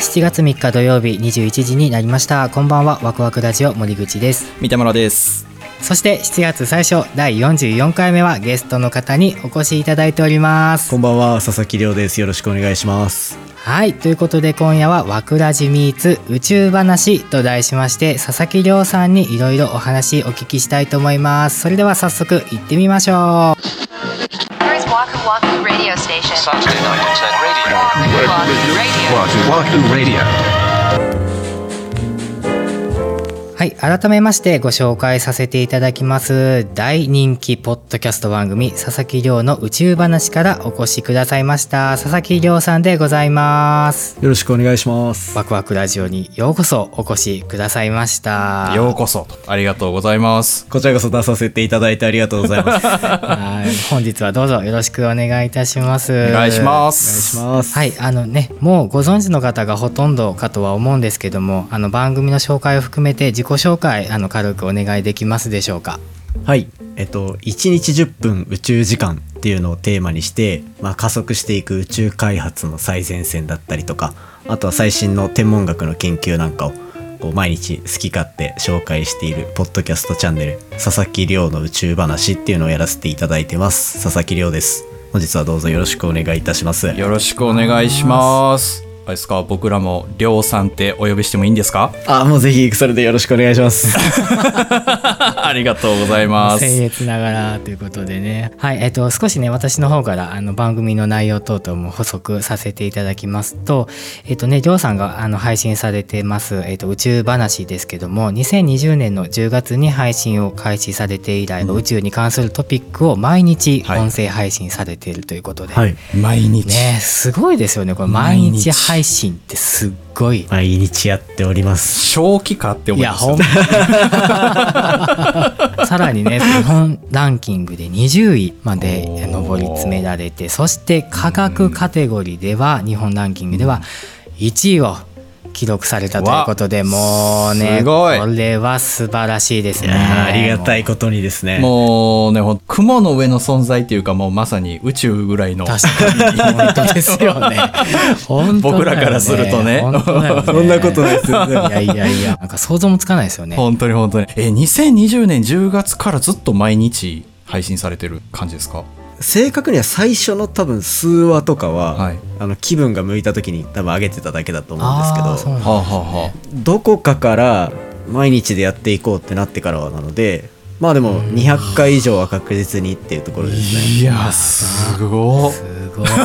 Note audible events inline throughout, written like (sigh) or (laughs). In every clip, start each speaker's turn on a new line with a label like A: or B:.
A: 7月3日土曜日21時になりましたこんばんはワクワクラジオ森口です
B: 三田村です
A: そして7月最初第44回目はゲストの方にお越しいただいております
C: こんばんは、佐々木亮です。よろしくお願いします。
A: はいということで今夜は「ワクラジミーツ宇宙話」と題しまして佐々木亮さんにいろいろお話お聞きしたいと思いますそれでは早速行ってみましょう
D: Earth Waku Waku Radio Station.
E: Saturday night at 10 radio.
D: Waku Waku Radio.
E: Waku Waku Radio.
A: はい改めましてご紹介させていただきます大人気ポッドキャスト番組佐々木亮の宇宙話からお越しくださいました佐々木亮さんでございます
C: よろしくお願いします。
A: ワクワクラジオにようこそお越しくださいました
B: ようこそありがとうございます
C: こちらこそ出させていただいてありがとうござい (laughs) ます。お願
A: はい本日はどうぞよろしくお願いいたします
B: お願いします
C: いし
B: す
C: ます。
A: はいあのねもうご存知の方がほとんどかとは思うんですけどもあの番組の紹介を含めて自己紹介あの軽くお願いできますでしょうか
C: はい。えっと、1日10分宇宙時間っていうのをテーマにして、まあ、加速していく宇宙開発の最前線だったりとか、あとは最新の天文学の研究なんかを、こう毎日好き勝手紹介しているポッドキャストチャンネル佐々木亮の宇宙話っていうのをやらせていただいてます佐々木亮です本日はどうぞよろしくお願いいたします
B: よろしくお願いしますあれですか僕らもりょうさんってお呼びしてもいいんですか
C: あもうぜひそれでよろしくお願いします
B: ありがとうございます
A: 僭越ながらということでねはいえっと少しね私の方からあの番組の内容等々も補足させていただきますとえっとねりょうさんがあの配信されてます、えっと、宇宙話ですけども2020年の10月に配信を開始されて以来、宇宙に関するトピックを毎日
B: はい
A: 音声配信されているということで、
C: はい
B: 毎日、
A: ねすごいですよねこれ毎
B: 毎日
A: 日配信ってすっごい。
C: 毎日やっております
B: 正気かって
A: い
B: 思い
A: や
B: ます
A: ほ
B: よ
A: ん (laughs) さらにね日本ランキングで20位まで上り詰められてそして価格カテゴリーでは日本ランキングでは1位を記録されたということで
B: わ
A: もうね
B: す
A: こ
B: ごい
A: れは素晴らしいです
C: い
A: ね
C: やーありがたいことにですね
B: もうねほん雲の上の存在っていうかもうまさに宇宙ぐらいの
A: 確かに本当ですよ
C: (laughs)
A: ね本当だよね
B: 僕らからするとね
A: 本当だよね
C: そんなことないですよ
A: い
C: ね
A: やいやいやなんか想像もつかないですよね
B: 本当に本当にえ2020年10月からずっと毎日配信されてる感じですか
C: 正確には最初の多分数話とかは、
B: はい
C: あの気分が向いた時に多分上げてただけだと思うんですけ
A: あーそう
C: ど
A: なんだ
B: はあ、はあは
C: どこかから毎日でやっていこうってなってからはなのでまあでも200回以上は確実にっていうところ
B: あ、
C: ですね
B: いやすごっ
A: すごい (laughs)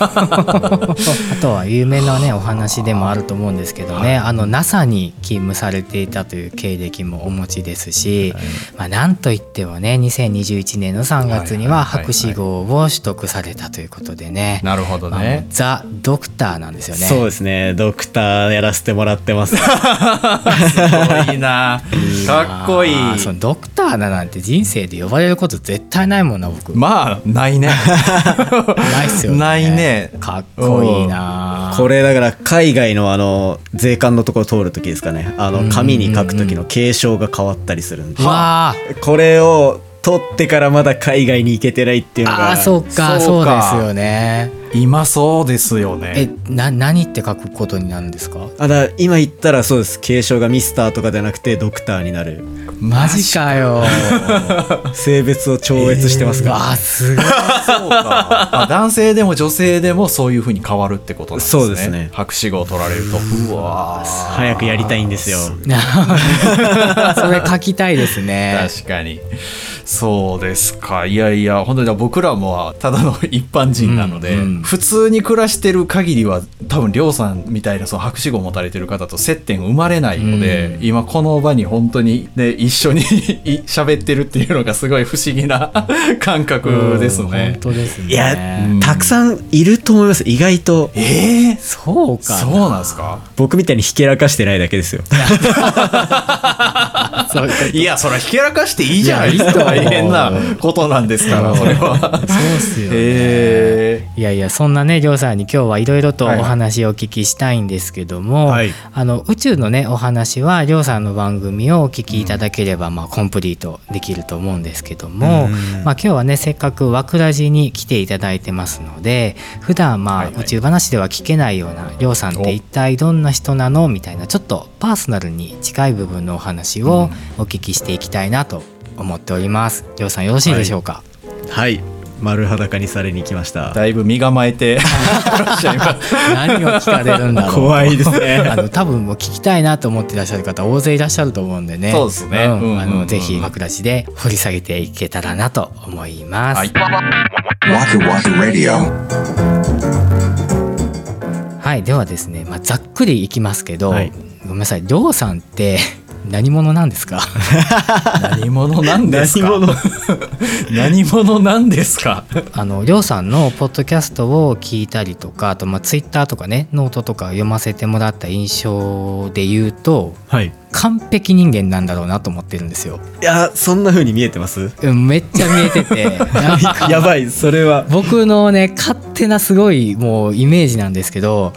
A: あとは有名なねお話でもあると思うんですけどね、あの NASA に勤務されていたという経歴もお持ちですし、まあ、なんといってもね2021年の3月には
B: はいはいはいはい
A: 博士号を取得されたということでね、
B: なるほど
A: まあもう
B: ね
A: ザ・ドクターなんですよね。
C: そうですねドクターやらせてもらってま
A: (laughs)
C: す
B: かっこいいなかっこいい
A: あーそのドクターだなんて人生で呼ばれること絶対ないもんな僕。
B: まあないね
A: (laughs) ないっすよね。
B: ないね
A: かっこいいな。
C: これだから海外のあの税関のところ通る時ですかねあの紙に書く時の継承が変わったりするんで
A: うわあ。
C: これを取ってからまだ海外に行けてないっていうのが
A: あーそうかそ
B: そうう
A: です
B: か
A: よね
B: 今そうですよ
A: え
B: ね
A: な何って書くことになるんですか
C: あだから今言ったらそうです継承がミスターとかじゃなくてドクターになる
A: マジかよ (laughs)
C: 性別を超越してますから、
A: あーすごい (laughs)
B: あ男性でも女性でもそういうふうに変わるってことなんですね
C: そうですね
B: 博士号を取られるとうわー
C: 早くやりたいんですよ
A: なそれ書きたいですね
B: 確かにそうですかいやいや本当にだから僕らもただの一般人なので、
A: うんうん
B: 普通に暮らしてる限りは多分亮さんみたいなその博士号を持たれてる方と接点生まれないので、
A: う
B: 今この場に本当にね (laughs) 一緒にい喋ってるっていうのがすごい不思議な (laughs) 感覚です
A: うん
B: ね
A: 本。当ですね
C: いや、
B: うん
C: たくさんいると思います意外と
B: えー
A: そうか
B: そうなんですか
C: 僕みたいにひけらかしてないだけですよ
A: そういうこ
B: いやそれはひけらかしていいじゃ (laughs) ないですか
A: いやいいと
B: 大
A: 思う
B: 変なことなんですからそれは
A: とそうっすよね、
B: へえ
A: いやいやそんなねりょうさんに今日はいろいろとお
B: はいはい
A: 話をお聞きしたいんですけども、
C: はい
A: あの宇宙のねお話はりょうさんの番組をお聞きいただければ、まあ、コンプリートできると思うんですけども、
C: うん
A: まあ、今日はねせっかく枠ラジに来ていただいてますので普段まあ、
B: はいはい
A: 宇宙話では聞けないようなりょうさんっ
B: お
A: て一体どんな人なのみたいなちょっとパーソナルに近い部分のお話をお聞きしていきたいなと思っております。りょうさんよろしいでしょうか、
C: (laughs) はい丸裸にされに来ました
B: だいぶ身構えていらっしゃいます
A: 何を聞かれるんだろう
C: 怖いです
A: (laughs)
C: ね
A: あの多分もう聞きたいなと思っていらっしゃる方大勢いらっしゃると思うんでね
B: そうですね
A: ん
B: うんうんうん
A: あのぜひ枕地で掘り下げていけたらなと思います、
B: は
A: はいい
E: Waku Waku Radio.
A: ではですね、まあ、ざっくりいきますけど、
C: はい
A: ごめんなさいりょうさんって (laughs) 何者なんですか (laughs)
B: 何者なんですか
C: 何者
B: 何者なんですか
A: あのりょうさんのポッドキャストを聞いたりとかあと、まあ、ツイッターとかねノートとか読ませてもらった印象で言うと
C: はい
A: 完璧人間なんだろうなと思ってるんですよ。
C: いやそんな風に見えてます
A: うんめっちゃ見えてて
B: (laughs)
A: なんか
C: やばいそれは
A: 僕のね勝手なすごいもうイメージなんですけど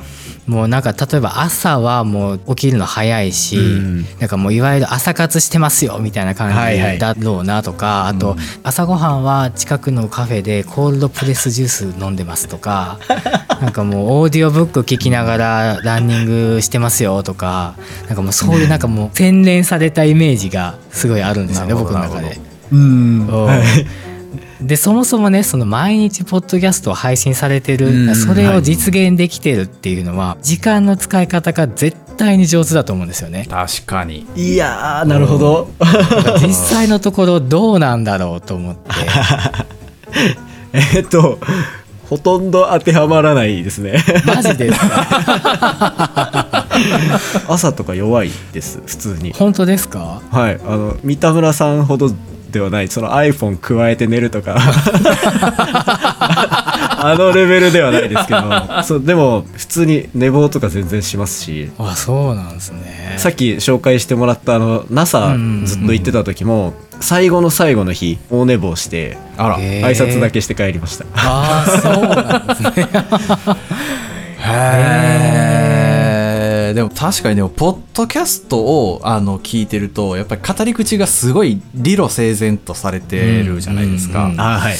A: もうなんか例えば朝はもう起きるの早いし、
C: うん
A: なんかもういわゆる朝活してますよみたいな感
C: はいは
A: じ
C: い
A: だろうなとか、あと、朝ごはんは近くのカフェでコールドプレスジュース飲んでますとかなんかもうオーディオブック聞きながらランニングしてますよとかなんかもうそういうなんかもう洗練されたイメージがすごいあるんですよね
B: なる
A: 僕
B: ほ
A: の
B: ど
A: 中
B: な
A: で
B: るほ。
C: うんはい
A: でそもそもねその毎日ポッドキャストを配信されてる、
C: うん
A: それを実現できてるっていうのは、時間の使い方が絶対に上手だと思うんですよ
B: (laughs)
A: ね
B: 確かに
C: いやーなるほど
A: だから実際のところどうなんだろうと思って
C: (laughs) えっとほとんど当てはまらないですね
A: マジですか
C: (laughs) 朝とか弱いです普通に
A: 本当ですか
C: はいあの三田村さんほどではないその iPhone 加えて寝るとか (laughs) あのレベルではないですけどそうでも普通に寝坊とか全然しますし
A: あそうなんですね
C: さっき紹介してもらったあの NASA
A: うんうんうん
C: ずっと行ってた時も最後の最後の日大寝坊して
B: あら
A: へー
C: 挨拶だけして帰りました
A: あーそうなんですね
B: へーでも確かにでもポッドキャストをあの聞いてるとやっぱり語り口がすごい理路整然とされてるじゃないです
A: う
B: か、
A: んうんうん
C: あ (laughs) はい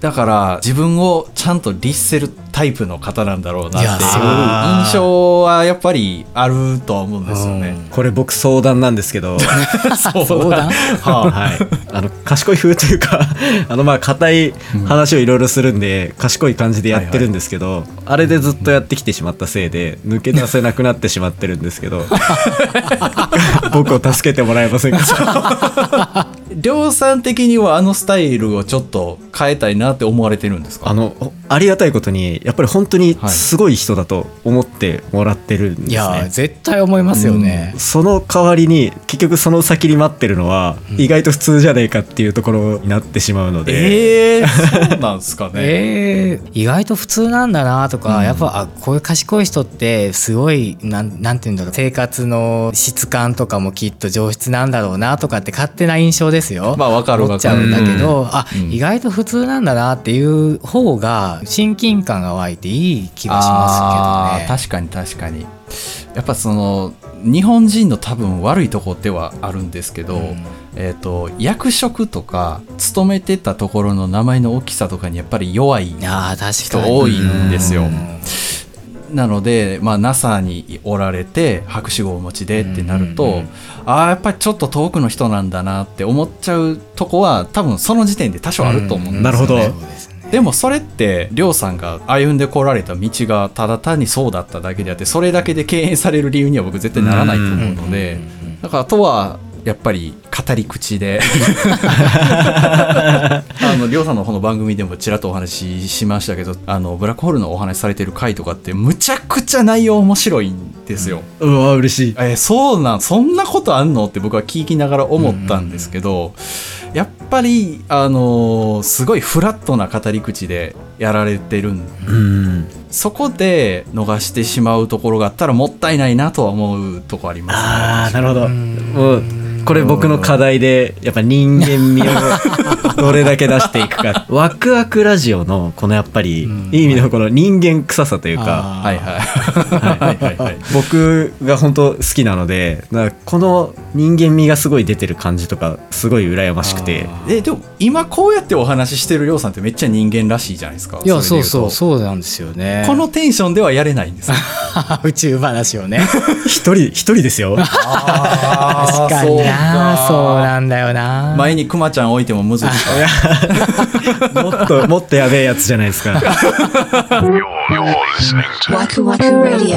B: だから自分をちゃんと律せるタイプの方なんだろうなってい
A: いや
B: う
A: そう
B: 印象はやっぱりあるとは思うんですよね。
C: これ僕相談なんですけど
A: 相談
C: (laughs) はい、あの賢い風というか (laughs) あのまあ硬い話をいろいろするんで、賢い感じでやってるんですけど、あれでずっとやってきてしまったせいで抜け出せなくなってしまってるんですけど (laughs) 僕を助けてもらえませんか
B: 量産的にはあのスタイルをちょっと変えたいなって思われてるんですか
C: あのありがたいことにやっぱり本当にすごい人だと思ってもらってるんです
A: い
C: ね、
A: や絶対思いますよね、
C: その代わりに結局その先に待ってるのは意外と普通じゃねえかっていうところになってしまうので、
B: ええそうなんですかね。
A: (laughs) えー意外と普通なんだなとか、やっぱあこういう賢い人ってすごいなんなんていうんだろう生活の質感とかもきっと上質なんだろうなとかって勝手な印象ですよ。
B: まあわかる
A: 思
B: わかる
A: っちゃうんだけど、あ、
B: うん
A: 意外と普通なんだなっていう方が親近感が湧いていい気がしますけどね。
B: あー確かに確かにやっぱその日本人の多分悪いとこではあるんですけど、
A: うん
B: えー、と役職とか勤めてたところの名前の大きさとかにやっぱり弱い
A: あー確かに
B: 人多いんですよ
A: うん
B: なので、まあ、NASA におられて博士号をお持ちでってなると、
A: うんうんうん
B: ああやっぱりちょっと遠くの人なんだなって思っちゃうとこは多分その時点で多少あると思うん
C: な
B: ですよね、
C: るほど
A: そうですね
B: でもそれってりょうさんが歩んでこられた道がただ単にそうだっただけであってそれだけで敬遠される理由には僕絶対ならないと思うのでだからあとはやっぱり語り口 (laughs) であのりょうさんの方の番組でもちらっとお話ししましたけどあのブラックホールのお話しされてる回とかってむちゃくちゃ内容面白いんですよ。
C: うわ嬉しい
B: えーそうなんそんなことあんのって僕は聞きながら思ったんですけど、やっぱり、あのーすごいフラットな語り口でやられてるん
C: うん
B: そこで逃してしまうところがあったらもったいないなとは思うとこありますね
C: ああなるほどもうこれ僕の課題でやっぱ人間味をどれだけ出していくかワクワクラジオのこのやっぱりい
A: ん
C: い意味のこの人間臭さというか、
B: はいはいはいはい
C: 僕が本当好きなのでなんかこの人間味がすごい出てる感じとかすごい羨ましくて
B: (laughs) えでも今こうやってお話ししてるりょうさんってめっちゃ人間らしいじゃないですか
A: いやそうそう
B: う
A: そうなんですよね
B: このテンションではやれないんです
A: (laughs) 宇宙話をね
C: 一人一人ですよ
B: (laughs)
A: 確
B: あ
A: かになそうなんだよな
B: 前にクマちゃん置いてもむずいですから
C: もっともっとやべえやつじゃないですか
E: You're, you're listening to
F: Waku Waku Radio.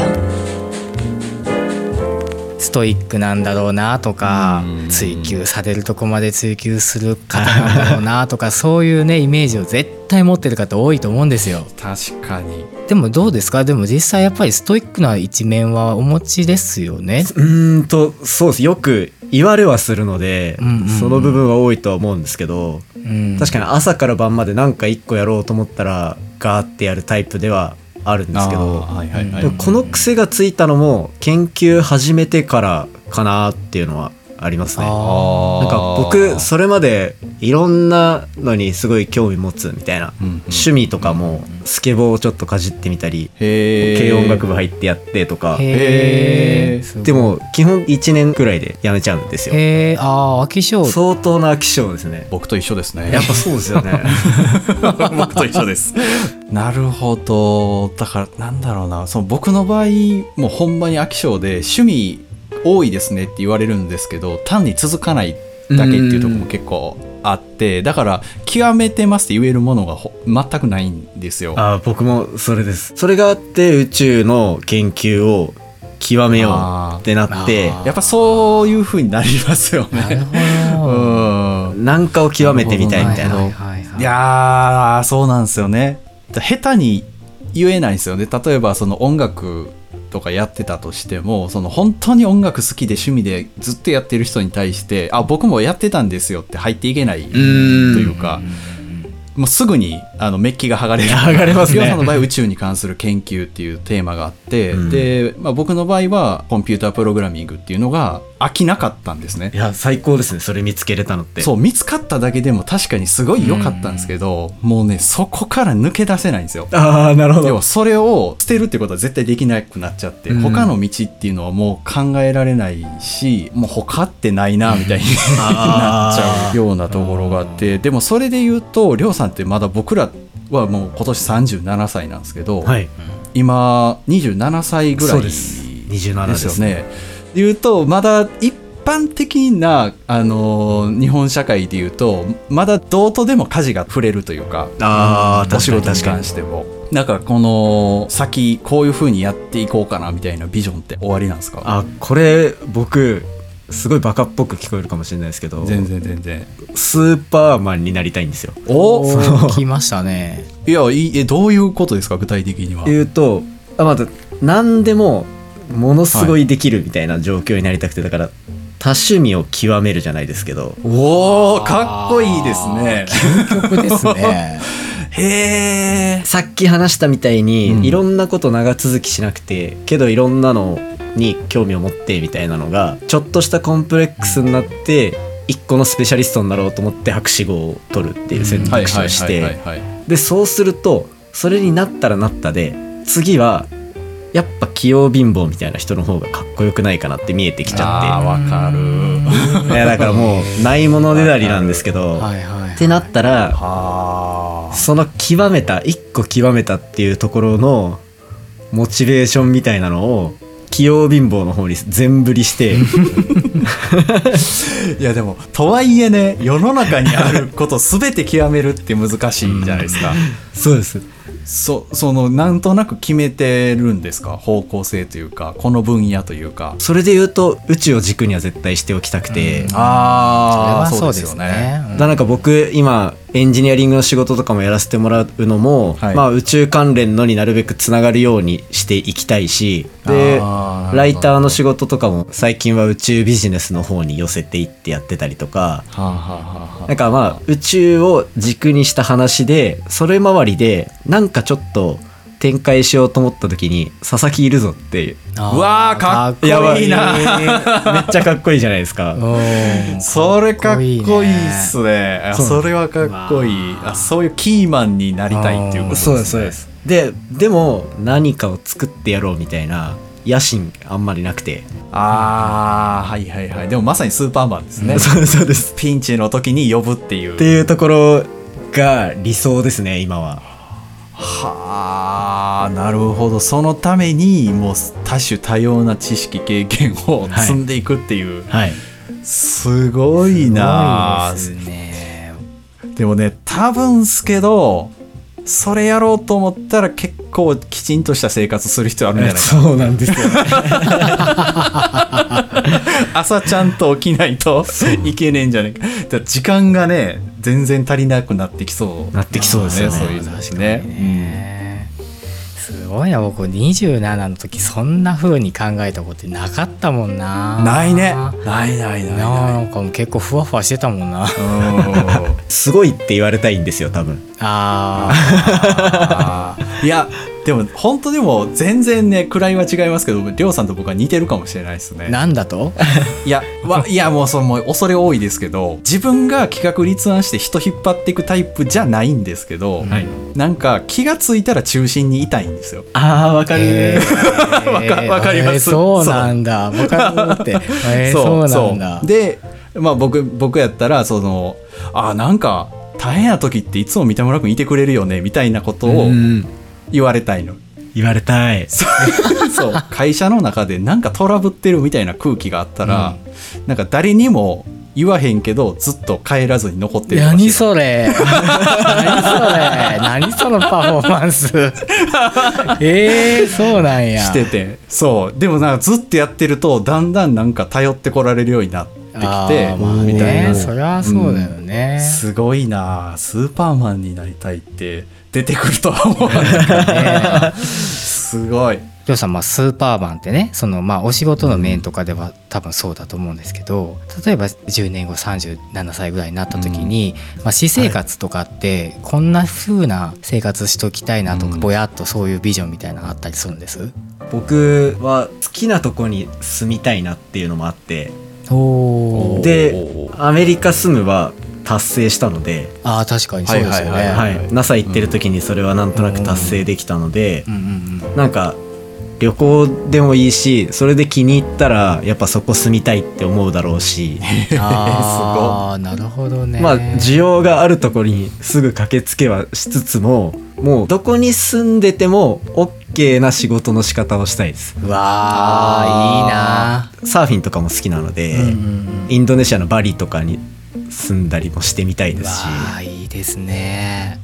A: ストイックなんだろうなとか追求されるとこまで追求する方なんだろうなとか (laughs) そういうねイメージを絶対持ってる方多いと思うんですよ
B: 確かに
A: でもどうですかでも実際やっぱりストイックな一面はお持ちですよね
C: うーんとそうですよく言われはするので、
A: うんうんうん
C: その部分は多いとは思うんですけど
A: うん
C: 確かに朝から晩までなんか一個やろうと思ったらガーってやるタイプではあるんですけど、
B: あーはいはいはい
C: でもこの癖がついたのも研究始めてからかなっていうのはありますね。
A: あ
B: あー
C: なんか僕それまでいろんなのにすごい興味持つみたいな、
B: うんうん
C: 趣味とかもスケボーをちょっとかじってみたり、
B: へー
C: 軽音楽部入ってやってとか
A: へ
B: へー
A: え
C: でも基本1年くらいでやめちゃうんですよ
A: へえああ飽き性
C: 相当な飽き性ですね
B: 僕と一緒ですね
C: やっぱそうですよね
B: (laughs) 僕と一緒です。なるほど。だから、なんだろうな。その僕の場合、もうほんまに飽き性で、趣味多いですねって言われるんですけど、単に続かないだけっていうところも結構あって、だから、極めてますって言えるものがほ全くないんですよ。
C: あー僕もそれですそれがあって宇宙の研究を極めようってなって
B: やっぱそういう風になりますよ
A: なる
B: ね。う
A: ほど
B: ん。
C: なんかを極めてみたいみたい
A: は
C: な
A: はいはい
B: いやー、そうなんですよね。だ下手に言えないんですよね。例えば、その音楽とかやってたとしても、その本当に音楽好きで趣味でずっとやってる人に対して、あ、僕もやってたんですよって入っていけないと
C: ーん
B: いうか、もうすぐにあのメッキが剥がれる。剥
C: がれますね
B: さんの場合、宇宙に関する研究っていうテーマがあって、
C: うん
B: で、まあ、僕の場合はコンピュータープログラミングっていうのが飽きなかったんですね
C: い。や最高ですねそれ見つけれたのって
B: そう見つかっただけでも確かにすごい良かったんですけど、もうねそこから抜け出せないんですよ
C: ああなるほ
B: 要はそれを捨てるってことは絶対できなくなっちゃって、
C: うん
B: 他の道っていうのはもう考えられないしもう他ってないなみたいになっちゃうようなところがあってでもそれで言うとりょうさんってまだ僕らはもう今年37歳なんですけど、
C: はい
B: 今27歳ぐら
C: そ
B: いう
C: で
B: ですす
C: 27です
B: よね。言うとまだ一般的なあのー日本社会で言うとまだどうとでも家事が触れるというか
C: あー
B: お仕
C: 確
B: 事
C: かに
B: に
C: 確かに
B: 関しても。なんかこの先こういう風にやっていこうかなみたいなビジョンって終わりなんですか
C: あこれ僕すごいバカっぽく聞こえるかもしれないですけど
B: 全然全然。
C: スーパーマンになりたいんですよ。
B: お
A: おー来ましたね
B: いやいいえどういうことですか具体的には。
C: 言うとあまず何でもものすごいできるみたいな状況になりたくてだから多趣味を極めるじゃないですけど
B: おお (laughs) かっこいいですね。
A: 曲ですね
B: へえ。
C: さっき話したみたいに、
B: うん
C: いろんなこと長続きしなくてけどいろんなのに興味を持ってみたいなのがちょっとしたコンプレックスになって一個のスペシャリストになろうと思って博士号を取るっていう選択肢をし
B: はいはい
C: て
B: はいはいはい
C: でそうするとそれになったらなったで次はやっぱ器用貧乏みたいな人の方がかっこよくないかなって見えてきち
B: あ
C: ゃ
B: ーわかる。
C: っていやだからもうないものねだりなんですけど
A: はいはいはい
C: ってなったら
B: あ
C: その極めた一個極めたっていうところのモチベーションみたいなのを器用貧乏の方に全振りして
B: いやでもとはいえね世の中にあること全て極めるって難しいじゃないですか
C: (laughs) そうです
B: そそのなんとなく決めてるんですか方向性というかこの分野というか
C: それで言うと宇宙を軸には絶対しておきたくて、
B: (laughs) あ
A: それはそうですね
C: だからなんか僕今エンジニアリングの仕事とかもやらせてもらうのも、
B: はい
C: まあ、宇宙関連のになるべくつながるようにしていきたいしで
B: あーなるほど
C: ライターの仕事とかも最近は宇宙ビジネスの方に寄せていってやってたりとか
B: はあはあはあは
C: なんかまあ宇宙を軸にした話でそれ周りでなんかちょっと展開しようと思った時に佐々木いるぞっていう
A: あー
B: うわーかっこいい
A: かっこ
C: めっちゃかっこいいじゃないですか
A: うん
B: (laughs) それかっこい
A: かっこい
B: い
A: ね
B: っすねあ
C: そう
B: それはかっこいいう
A: わー
B: あそういうキーマンになりたいっていうことですね
C: すででも何かを作ってやろうみたいな野心あんまりなくて、 (laughs)
B: ああはいはいはいでもまさにスーパーマンですね、
C: そうそうです
B: ピンチの時に呼ぶっていう
C: っていうところが理想ですね今は
B: はあなるほどそのためにもう多種多様な知識経験を
C: はい
B: 積んでいくっていう、
C: はい
B: すごいなあ
A: すごいですね
B: でもね多分っすけどそれやろうと思ったら結構きちんとした生活する必要あるんじゃな
C: (laughs)
B: いか
C: そうなんですよね
B: 朝ちゃんと起きないといけねえんじゃないかだから時間がね全然足りなくなってきそう
C: なってきそうですよね
B: そういうのですね
A: ねすごいな僕27の時そんな風に考えたことなかったもんな
B: うんないね
A: な
B: ないないない
A: な
B: ない
A: んかもう結構ふわふわしてたもんな
B: (laughs)
A: あ
B: うん
C: すごいって言われたいんですよ多分
A: あ
B: いやでも本当でも全然ね位は違いますけどりょうさんと僕は似てるかもしれないですね
A: なんだと
B: いやわいやもうそのもう恐れ多いですけど自分が企画立案して人引っ張っていくタイプじゃないんですけど、
A: はい
B: なんか気がついたら中心にいたいんですよ
C: ああわか
A: えー
B: (laughs) わかわかります
A: えーそうなんだ僕は思って
B: (laughs)
A: えーそうなんだ
B: で、まあ、僕僕やったらそのあなんか大変な時っていつも三田村君いてくれるよねみたいなことを
C: うん
B: 言われたいの
C: 言われたい
B: (laughs) そう会社の中でなんかトラブってるみたいな空気があったら、なんか誰にも言わへんけどずっと帰らずに残ってるかもしれない
A: 何そ
B: (laughs)
A: れ何それ何そのパフォーマンスえー、そうなんや
B: しててそうでもなんかずっとやってるとだんだんなんか頼ってこられるようになってきて、
A: あーまあね
B: みたいな
A: そりゃそうだよね、
B: すごいなあスーパーマンになりたいって出てくるとは思わなかった
A: (laughs) ね
B: すごい
A: りょうさん、まあ、スーパーマンってねその、まあ、お仕事の面とかでは多分そうだと思うんですけど例えば10年後37歳ぐらいになった時に、まあ、私生活とかってこんな風な生活しときたいなとか、
B: うん
A: ぼやっとそういうビジョンみたいなのあったりするんです
C: 僕は好きなとこに住みたいなっていうのもあって
A: おで
C: でアメリカ住むは達成したので、
A: ああ確かにそうですよね。
B: はい
C: はい
B: うん
C: NASA 行ってる時にそれはなんとなく達成できたので
A: う、んうん
C: (laughs)
A: うん
C: なんか旅行でもいいしそれで気に入ったらやっぱそこ住みたいって思うだろ
A: (laughs)
C: うし、
A: ああなるほどね。
C: まあ需要があるところにすぐ駆けつけはしつつももうどこに住んでても OK な仕事の仕方をしたいです
A: うわあ
C: サーフィンとかも好きなので、
A: いいな。うんうんうん
C: インドネシアのバリとかに住んだりもしてみたいで
A: うわ
C: すし
A: あいいですね。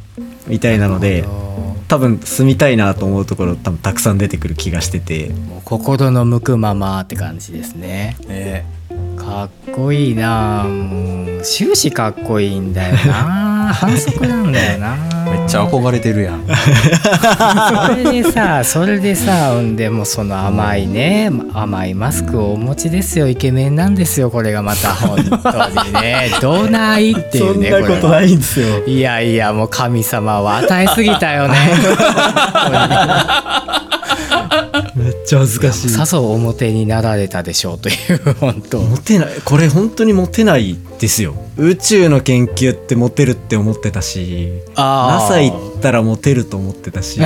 C: みたいなので
A: も
C: 多分住みたいなと思うところ多分たくさん出てくる気がしてて
A: う心の向くままって感じですね。
B: ね
A: かっこいいな。もう終始かっこいいんだよ (laughs) な。反則なんだよな。
B: めっちゃ憧れて
A: (laughs)
B: るやん
A: それでさそれでさうんでもその甘いね甘いマスクをお持ちですよイケメンなんですよこれがまた本当に (laughs) ねどないっていうねれはい
C: んですよ
A: いやいやもう神様は与えすぎたよ (laughs) ね
C: めっちゃ恥ずかしい
A: さぞ表になられたでしょうという本当
C: モテないこれ本当にモテないですよ宇宙の研究ってモテるって思ってたし
A: あ
C: NASA 行ったらモテると思ってたしい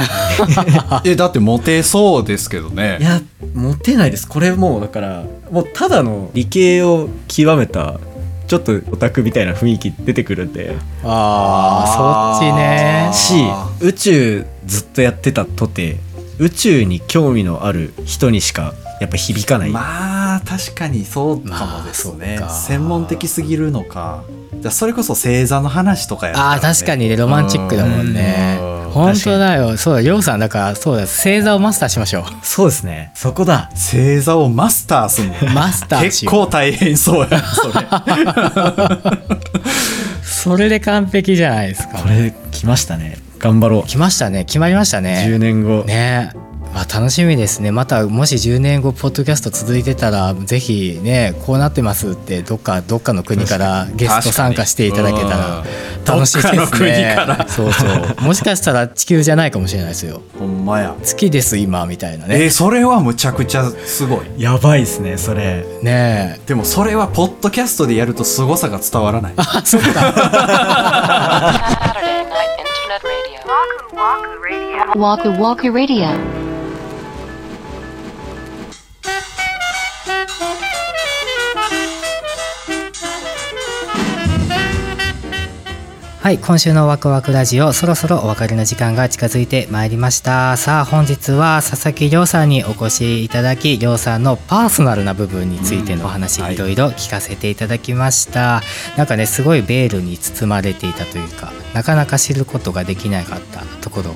B: えだってモテそうですけどね
C: やモテないですこれもうだからもうただの理系を極めたちょっとオタクみたいな雰囲気出てくるんで
A: あーそっちね
C: し宇宙ずっとやってたとて宇宙に興味のある人にしかやっぱ響かない、
B: まあ確かにそうかもですね、
A: まあそうか
B: 専門的すぎるのかだからそれこそ星座の話とかやったら
A: あ
B: ね
A: ー確かにねロマンチックだもんね
B: うん
A: 本当だよそうだりょうさんだからそうだ星座をマスターしましょ
C: そうですねそこだ
B: 星座をマスターするの
A: うマスターし
B: 結
A: よう
B: 構大変そうや
A: (laughs)
B: んそれ
A: それで完璧じゃないですか
C: これ来ましたね頑張ろう
A: 来ましたね決まりました
C: 10
A: ね
C: 年後
A: ねまあ、楽しみですねまたもし10年後ポッドキャスト続いてたらぜひねこうなってますってどっかどっかの国からゲスト参加していただけたら楽しいですね
B: どっかの国から
A: そうそうもしかしたら地球じゃないかもしれないですよ
B: ほんまや
A: 月です今みたいなね
B: えーそれはむちゃくちゃすごい
C: やばいですねそれ
A: ねえ
B: でもそれはポッドキャストでやると凄さが伝
A: (laughs)
B: わらない
A: あそうか
D: Saturday night internet radio. Waku Waku Radio. Waku Waku Radio.
A: はい今週のワクワクラジオそろそろお別れの時間が近づいてまいりましたさあ本日は佐々木亮さんにお越しいただき亮さんのパーソナルな部分についてのお話、いろいろ聞かせていただきましたなんかねすごいベールに包まれていたというかなかなか知ることができなかったところ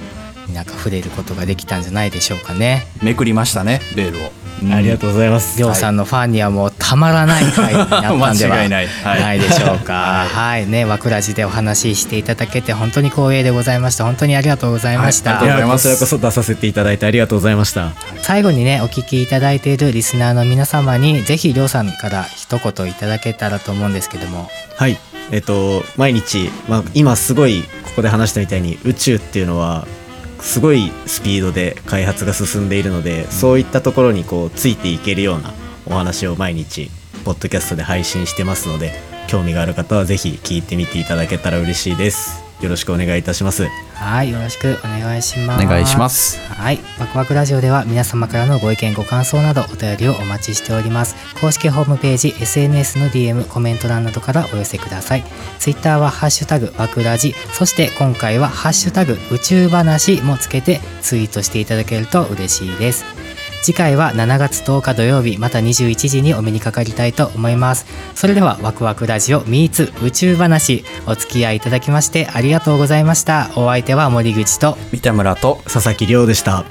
A: になんか触れることができたんじゃないでしょうかね
B: めくりましたねレールを、
C: ありがとうございます
A: りょうさんのファンにはもうたまらない回になったんでは
B: (laughs) 間違いないはい
A: ないでしょうか。はい、ね、わくらじでお話ししていただけて、本当に光栄でございました。本当にありがとうございました。
B: はいありがとうございます
C: やこちらこそ出させていただいてありがとうございました
A: 最後にね、お聞きいただいているリスナーの皆様に、ぜひりょうさんから一言いただけたらと思うんですけども。
C: はいえっと毎日、まあ、今すごいここで話したみたいに宇宙っていうのはすごいスピードで開発が進んでいるので、そういったところにこうついていけるようなお話を毎日ポッドキャストで配信してますので興味がある方はぜひ聞いてみていただけたら嬉しいですよろしくお願いいたします
A: はい、よろしくお願いします。
B: お願いします。
A: はい、ワクワクラジオでは皆様からのご意見ご感想などお便りをお待ちしております。公式ホームページ、SNS の DM、コメント欄などからお寄せください。ツイッターはハッシュタグワクラジ、そして今回はハッシュタグ宇宙話もつけてツイートしていただけると嬉しいです。次回は7月10日土曜日また21時にお目にかかりたいと思いますそれではワクワクラジオ Meets 宇宙話お付き合いいただきましてありがとうございましたお相手は森口と
B: 三田村と
C: 佐々木亮でした